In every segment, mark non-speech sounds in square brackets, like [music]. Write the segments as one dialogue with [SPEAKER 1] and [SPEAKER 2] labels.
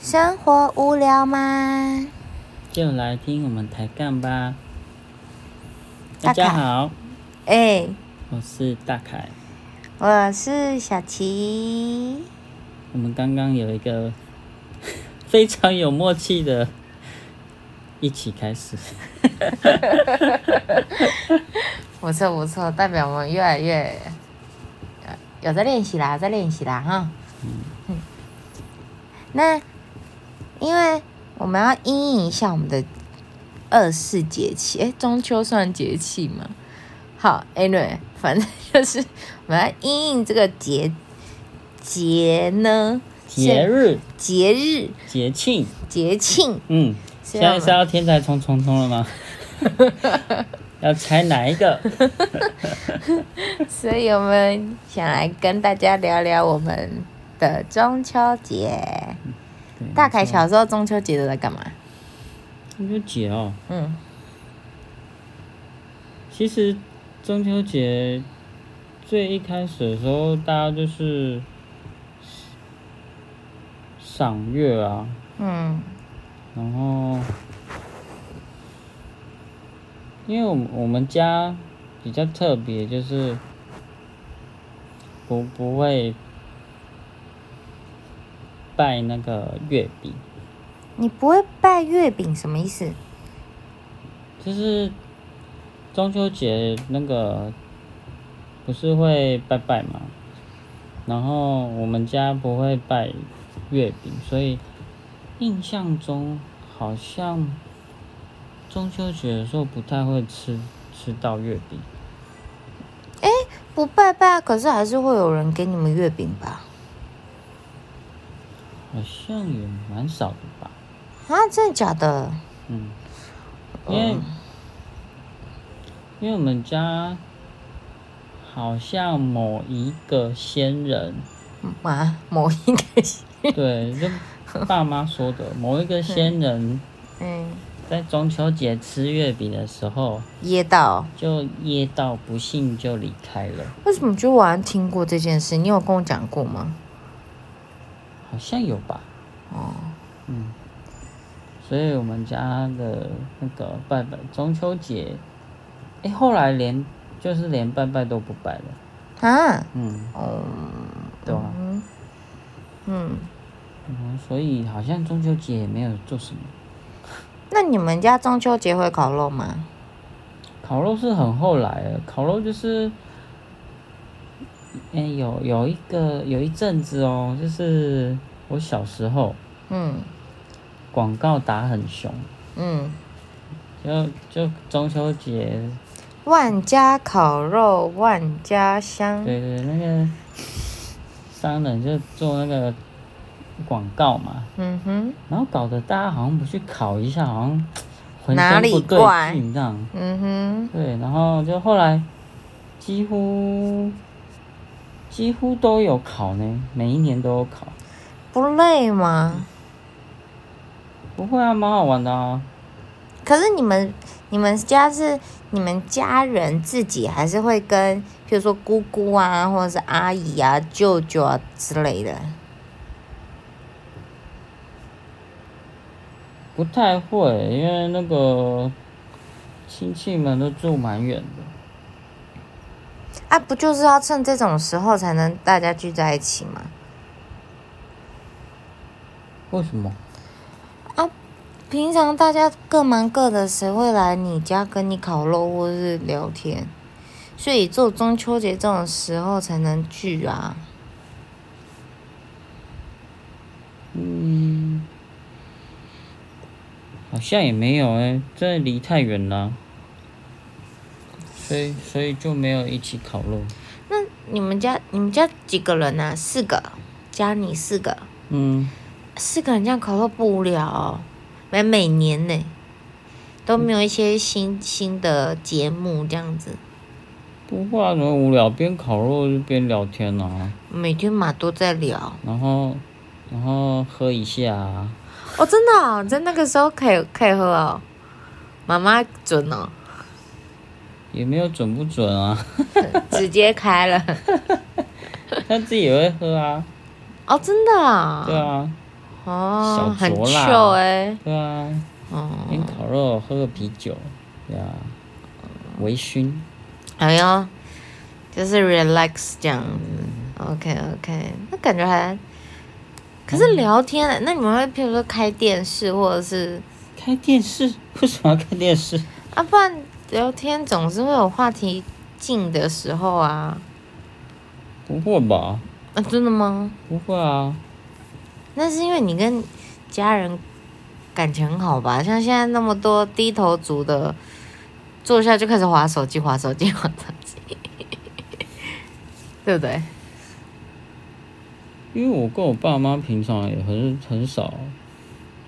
[SPEAKER 1] 生活无聊吗？
[SPEAKER 2] 就来听我们抬杠吧。
[SPEAKER 1] 大
[SPEAKER 2] 大
[SPEAKER 1] 凯
[SPEAKER 2] 家好，
[SPEAKER 1] 哎、
[SPEAKER 2] 我是大凯。
[SPEAKER 1] 我是小琪。
[SPEAKER 2] 我们刚刚有一个 [laughs] 非常有默契的，一起开始。
[SPEAKER 1] 不错不错，代表我们越来越呃有在练习啦，有在练习啦哈。嗯那因为我们要因应一下我们的二四节气，诶，中秋算节气吗？好，anyway，反正就是我们要因应这个节节呢，
[SPEAKER 2] 节日、
[SPEAKER 1] 节日
[SPEAKER 2] 节庆，
[SPEAKER 1] 节庆，
[SPEAKER 2] 嗯，
[SPEAKER 1] 所
[SPEAKER 2] 现
[SPEAKER 1] 以我
[SPEAKER 2] 在
[SPEAKER 1] 们
[SPEAKER 2] 是要天才冲冲冲了 [laughs] 吗？要猜哪一个？
[SPEAKER 1] 所以我们想来跟大家聊聊我们的中秋节。
[SPEAKER 2] 对
[SPEAKER 1] 大凯小时候中秋节都在干嘛？
[SPEAKER 2] 中秋节哦，
[SPEAKER 1] 嗯，
[SPEAKER 2] 其实中秋节最一开始的时候，大家就是赏月啊，
[SPEAKER 1] 嗯，
[SPEAKER 2] 然后因为我们我们家比较特别，就是不不会拜那个月饼，
[SPEAKER 1] 你不会拜月饼什么意思？
[SPEAKER 2] 就是中秋节那个不是会拜拜嘛，然后我们家不会拜月饼，所以印象中好像中秋节的时候不太会吃吃到月饼。
[SPEAKER 1] 不拜拜，可是还是会有人给你们月饼吧？
[SPEAKER 2] 好像也蛮少的吧，
[SPEAKER 1] 啊，真的假的？
[SPEAKER 2] 嗯，因为、因为我们家好像某一个仙人，
[SPEAKER 1] 妈，嗯啊某一个，
[SPEAKER 2] 对，就爸妈说的，某一个仙人
[SPEAKER 1] 嗯，
[SPEAKER 2] 在中秋节吃月饼的时候
[SPEAKER 1] 噎到。
[SPEAKER 2] 就噎到不幸就离开了，
[SPEAKER 1] 为什么就我好像听过这件事？你有跟我讲过吗？
[SPEAKER 2] 好像有吧，
[SPEAKER 1] 哦，
[SPEAKER 2] 嗯，所以我们家的那个拜拜中秋节，哎、后来连就是连拜拜都不拜了，
[SPEAKER 1] 啊，
[SPEAKER 2] 嗯。
[SPEAKER 1] 哦，
[SPEAKER 2] 对啊，
[SPEAKER 1] 嗯，嗯，
[SPEAKER 2] 嗯，所以好像中秋节也没有做什么。
[SPEAKER 1] 那你们家中秋节会烤肉吗？
[SPEAKER 2] 烤肉是很后来的，烤肉就是，哎、有有一个有一阵子哦，就是我小时候
[SPEAKER 1] 嗯
[SPEAKER 2] 广告打很凶，
[SPEAKER 1] 嗯，
[SPEAKER 2] 就就中秋节，
[SPEAKER 1] 万家烤肉万家香。
[SPEAKER 2] 对对，那个商人就做那个广告嘛，
[SPEAKER 1] 嗯哼，
[SPEAKER 2] 然后搞得大家好像不去烤一下，好像浑
[SPEAKER 1] 哪
[SPEAKER 2] 身
[SPEAKER 1] 里
[SPEAKER 2] 不对
[SPEAKER 1] 怪
[SPEAKER 2] 劲这样。
[SPEAKER 1] 嗯哼，
[SPEAKER 2] 对，然后就后来几乎几乎都有考呢，每一年都有考。
[SPEAKER 1] 不累吗？
[SPEAKER 2] 不会啊，蛮好玩的啊。
[SPEAKER 1] 可是你们你们家是你们家人自己，还是会跟譬如说姑姑啊，或者是阿姨啊、舅舅啊之类的？
[SPEAKER 2] 不太会，因为那个亲戚们都住蛮远的。
[SPEAKER 1] 啊，不就是要趁这种时候才能大家聚在一起吗？
[SPEAKER 2] 为什么？
[SPEAKER 1] 平常大家各忙各的，谁会来你家跟你烤肉或是聊天？所以只有中秋节这种时候才能聚啊。
[SPEAKER 2] 嗯，好像也没有哎、真的离太远了啊、所以所以就没有一起烤肉。
[SPEAKER 1] 那你们家你们家几个人啊？四个，加你四个，
[SPEAKER 2] 嗯，
[SPEAKER 1] 四个人这样烤肉不无聊、哦。每每年呢、都没有一些新新的节目这样子，
[SPEAKER 2] 不会啊，怎么无聊？边烤肉就边聊天啊。
[SPEAKER 1] 每天嘛都在聊。
[SPEAKER 2] 然后，然后喝一下、啊，
[SPEAKER 1] 哦，真的、哦，在那个时候可以可以喝哦，妈妈准哦。
[SPEAKER 2] 也没有准不准啊，
[SPEAKER 1] [laughs] 直接开了。
[SPEAKER 2] 他自己也会喝啊，
[SPEAKER 1] [laughs] 哦，真的啊、
[SPEAKER 2] 对啊，
[SPEAKER 1] 哦，
[SPEAKER 2] 小
[SPEAKER 1] 很
[SPEAKER 2] 酌啦
[SPEAKER 1] chill 哎、
[SPEAKER 2] 对啊，
[SPEAKER 1] 嗯，
[SPEAKER 2] 点烤肉，喝个啤酒，对啊，微醺，
[SPEAKER 1] 哎呦，就是 relax 这样子。OK OK，那感觉还，可是聊天、那你们会譬如说开电视或者是
[SPEAKER 2] 开电视，为什么要看电视？
[SPEAKER 1] 啊，不然聊天总是会有话题进的时候啊。
[SPEAKER 2] 不会吧？
[SPEAKER 1] 啊，真的吗？
[SPEAKER 2] 不会啊，
[SPEAKER 1] 那是因为你跟家人感情很好吧？像现在那么多低头族的，坐下就开始划手机，划手机，划手机， [laughs] 对不对？ [laughs]
[SPEAKER 2] 因为我跟我爸妈平常也很很少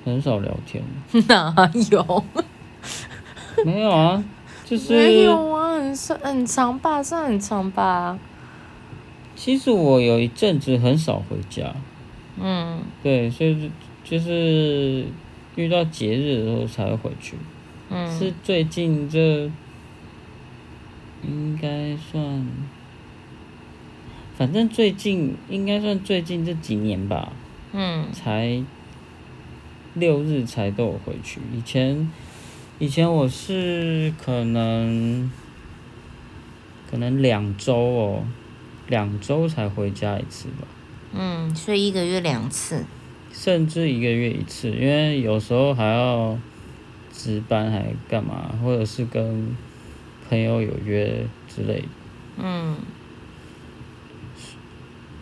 [SPEAKER 2] 很少聊天，
[SPEAKER 1] 哪有？
[SPEAKER 2] 没有啊，就是
[SPEAKER 1] 没有啊，很算很长吧，算很长吧。
[SPEAKER 2] 其实我有一阵子很少回家，
[SPEAKER 1] 嗯，
[SPEAKER 2] 对，所以就就是遇到节日的时候才会回去。
[SPEAKER 1] 嗯
[SPEAKER 2] 是最近这应该算，反正最近应该算最近这几年吧，
[SPEAKER 1] 嗯
[SPEAKER 2] 才六日才都有回去。以前以前我是可能可能两周哦，两周才回家一次吧。
[SPEAKER 1] 嗯，所以一个月两次。
[SPEAKER 2] 甚至一个月一次，因为有时候还要值班，还干嘛，或者是跟朋友有约之类的。
[SPEAKER 1] 嗯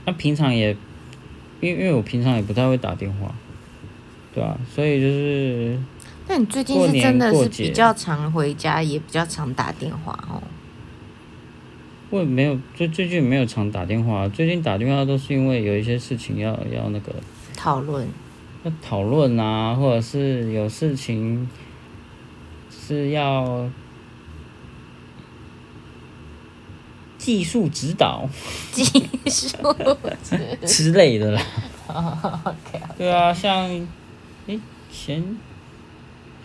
[SPEAKER 2] 那、平常也，因为因为我平常也不太会打电话，对吧、所以就是
[SPEAKER 1] 那你最近
[SPEAKER 2] 过
[SPEAKER 1] 是
[SPEAKER 2] 年
[SPEAKER 1] 真的
[SPEAKER 2] 过
[SPEAKER 1] 是
[SPEAKER 2] 节
[SPEAKER 1] 比较常回家，也比较常打电话哦。
[SPEAKER 2] 我也没有最最近没有常打电话，最近打电话都是因为有一些事情要要那个
[SPEAKER 1] 讨论，
[SPEAKER 2] 要讨论啊，或者是有事情是要技术指导
[SPEAKER 1] 技 [laughs] 术指
[SPEAKER 2] 之类的啦。
[SPEAKER 1] ，OK，
[SPEAKER 2] 对啊，像诶、前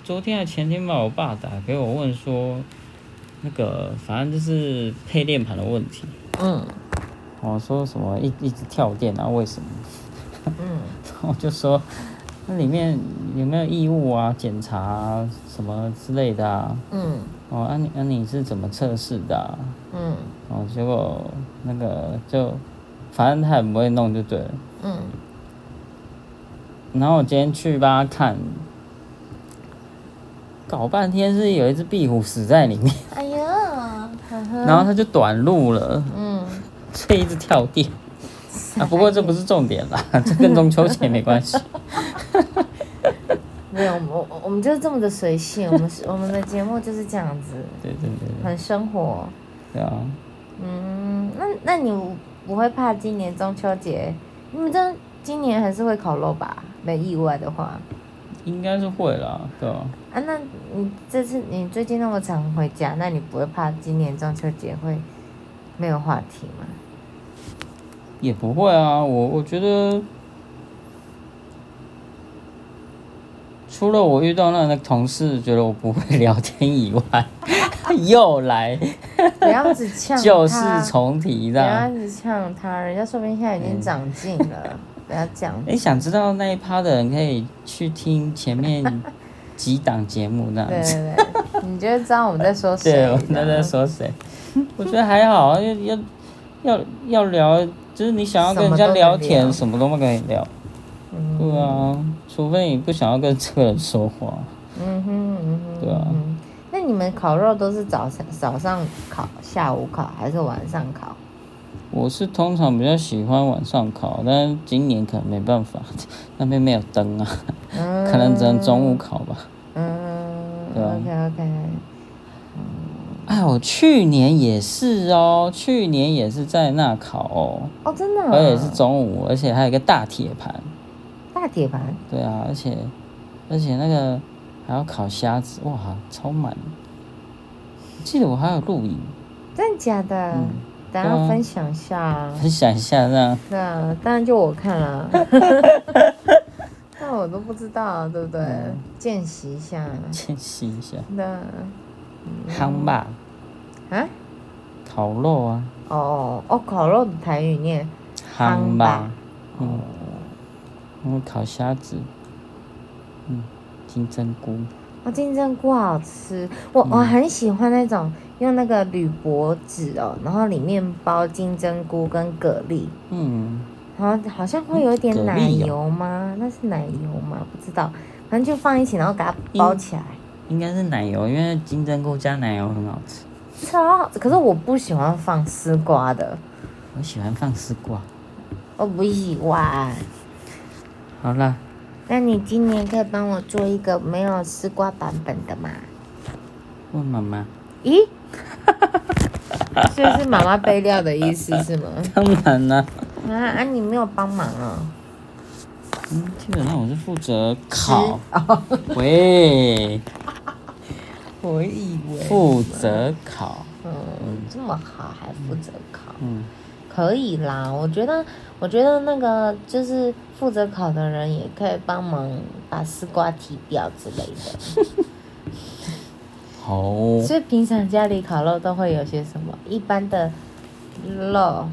[SPEAKER 2] 昨天还前天吧，我爸打给我问说，那个反正就是配电盘的问题，
[SPEAKER 1] 嗯
[SPEAKER 2] 我哦说什么一一直跳电啊，为什么？
[SPEAKER 1] 嗯
[SPEAKER 2] [laughs] 我就说那里面有没有异物啊，检查、啊、什么之类的啊。
[SPEAKER 1] 嗯
[SPEAKER 2] 哦，那、你那、你是怎么测试的、啊？
[SPEAKER 1] 嗯
[SPEAKER 2] 哦，结果那个就，反正他也不会弄就对了。
[SPEAKER 1] 嗯，
[SPEAKER 2] 然后我今天去帮他看，搞半天是有一只壁虎死在里面，
[SPEAKER 1] 哎呀，呵呵，
[SPEAKER 2] 然后它就短路了，
[SPEAKER 1] 嗯，
[SPEAKER 2] 所以一直跳电。啊，不过这不是重点
[SPEAKER 1] [laughs]
[SPEAKER 2] 啦，这跟中秋节没关系。
[SPEAKER 1] 没有，我们我我们就是这么的随性，我们是我们的节目就是这样子，
[SPEAKER 2] 对对对对，
[SPEAKER 1] 很生活。
[SPEAKER 2] 对啊，
[SPEAKER 1] 嗯，那那你不会怕今年中秋节？你们这今年还是会烤肉吧？没意外的话，
[SPEAKER 2] 应该是会啦，对吧、
[SPEAKER 1] 啊，那你这次你最近那么常回家，那你不会怕今年中秋节会没有话题 [laughs] 吗？
[SPEAKER 2] 也不会啊，我我觉得，除了我遇到那个同事觉得我不会聊天以外， [laughs] 又来
[SPEAKER 1] 不要只呛他，啊
[SPEAKER 2] 旧事重提
[SPEAKER 1] 不要
[SPEAKER 2] 的。
[SPEAKER 1] 只呛他，人家说不定现在已经长进 [laughs] 了，不要这样。
[SPEAKER 2] 哎、想知道那一趴的人可以去听前面几档节目那
[SPEAKER 1] 对
[SPEAKER 2] 样子。
[SPEAKER 1] 对对，你就会知道我们在说谁
[SPEAKER 2] 对，
[SPEAKER 1] 了。
[SPEAKER 2] 我那在说谁？我觉得还好啊，要要要要聊，就是你想要跟人
[SPEAKER 1] 什么
[SPEAKER 2] 家聊
[SPEAKER 1] 都能聊
[SPEAKER 2] 天，什么都可以聊。
[SPEAKER 1] 嗯
[SPEAKER 2] 对啊，除非你不想要跟这个人说话。
[SPEAKER 1] 嗯哼嗯哼，
[SPEAKER 2] 对啊
[SPEAKER 1] 嗯哼那你们烤肉都是早上早上烤，下午烤还是晚上烤？
[SPEAKER 2] 我是通常比较喜欢晚上烤，但是今年可能没办法， [laughs] 那边没有灯啊，
[SPEAKER 1] 嗯，
[SPEAKER 2] 可能只能中午烤吧。
[SPEAKER 1] 嗯
[SPEAKER 2] 对啊
[SPEAKER 1] ，OK OK，
[SPEAKER 2] 哎，我去年也是哦，去年也是在那烤哦，
[SPEAKER 1] 哦，真的、啊，
[SPEAKER 2] 而且是中午，而且还有一个大铁盘，
[SPEAKER 1] 大铁盘，
[SPEAKER 2] 对啊，而且而且那个还要烤虾子，哇，超满。记得我还有录影，
[SPEAKER 1] 真的假的？等
[SPEAKER 2] 对
[SPEAKER 1] 下
[SPEAKER 2] 啊
[SPEAKER 1] 分享一下啊。
[SPEAKER 2] 分享一下让
[SPEAKER 1] 对啊，当然就我看了、 [laughs] 那我都不知道啊，对不对？
[SPEAKER 2] 嗯
[SPEAKER 1] 见习一下，
[SPEAKER 2] 见识一下。
[SPEAKER 1] 那啊
[SPEAKER 2] 夯吧，
[SPEAKER 1] 啊，哦
[SPEAKER 2] 烤肉啊，
[SPEAKER 1] 哦哦，烤肉的台语念
[SPEAKER 2] 夯
[SPEAKER 1] 吧
[SPEAKER 2] 吧，嗯，然后烤虾子，嗯，金针菇，
[SPEAKER 1] 哦，金针菇好吃，
[SPEAKER 2] 嗯
[SPEAKER 1] 我我很喜欢那种用那个铝箔纸哦，然后里面包金针菇跟蛤蜊，
[SPEAKER 2] 嗯，
[SPEAKER 1] 然后好像会有一点
[SPEAKER 2] 嗯蛤
[SPEAKER 1] 奶
[SPEAKER 2] 蜊哦
[SPEAKER 1] 油吗？那是奶油吗？不知道，反正就放一起，然后给它包起来，
[SPEAKER 2] 应该是奶油，因为金针菇加奶油很好吃。
[SPEAKER 1] 超好吃。可是我不喜欢放丝瓜的，
[SPEAKER 2] 我喜欢放丝瓜。
[SPEAKER 1] 我不喜欢。
[SPEAKER 2] 好啦，
[SPEAKER 1] 那你今年可以帮我做一个没有丝瓜版本的吗？
[SPEAKER 2] 问妈妈。 [laughs]
[SPEAKER 1] 咦，所以是妈妈备料的意思是吗？
[SPEAKER 2] 当然啦、
[SPEAKER 1] 啊啊，你没有帮忙啊、
[SPEAKER 2] 嗯，基本上我是负责烤。
[SPEAKER 1] 哦
[SPEAKER 2] 喂，
[SPEAKER 1] 我以为
[SPEAKER 2] 负责烤。
[SPEAKER 1] 嗯，这么好还负责考，
[SPEAKER 2] 嗯，
[SPEAKER 1] 可以啦。我觉得，我觉得那个就是负责考的人也可以帮忙把丝瓜剔掉之类的。
[SPEAKER 2] 好、
[SPEAKER 1] 所以平常家里烤肉都会有些什么？一般的肉，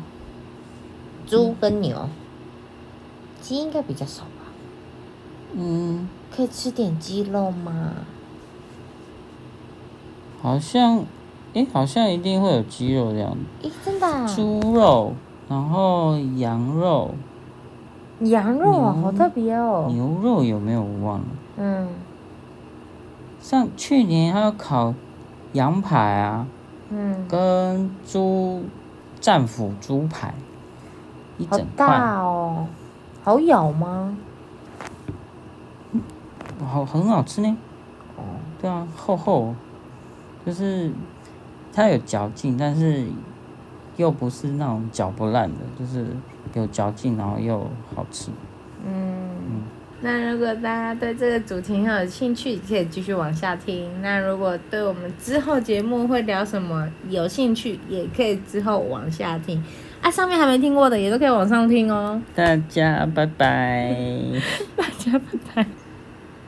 [SPEAKER 1] 猪跟牛，鸡应该比较少吧？
[SPEAKER 2] 嗯，
[SPEAKER 1] 可以吃点鸡肉吗？
[SPEAKER 2] 好像，诶、好像一定会有鸡肉这样子，
[SPEAKER 1] 咦，真的、啊？
[SPEAKER 2] 猪肉，然后羊肉、
[SPEAKER 1] 羊肉啊，好特别哦。
[SPEAKER 2] 牛肉有没有我忘了？
[SPEAKER 1] 嗯
[SPEAKER 2] 像去年还有烤羊排啊，
[SPEAKER 1] 嗯，
[SPEAKER 2] 跟猪战斧猪排一
[SPEAKER 1] 好
[SPEAKER 2] 整块，
[SPEAKER 1] 大哦，好咬吗？
[SPEAKER 2] 好很好吃呢。
[SPEAKER 1] 哦。
[SPEAKER 2] 对啊，厚厚，就是它有嚼劲，但是又不是那种嚼不烂的，就是有嚼劲，然后又好吃。
[SPEAKER 1] 嗯，那如果大家对这个主题很有兴趣，可以继续往下听。那如果对我们之后节目会聊什么有兴趣，也可以之后往下听。啊，上面还没听 [laughs] 过的也都可以往上听哦。
[SPEAKER 2] 大家拜拜。
[SPEAKER 1] 大家拜拜。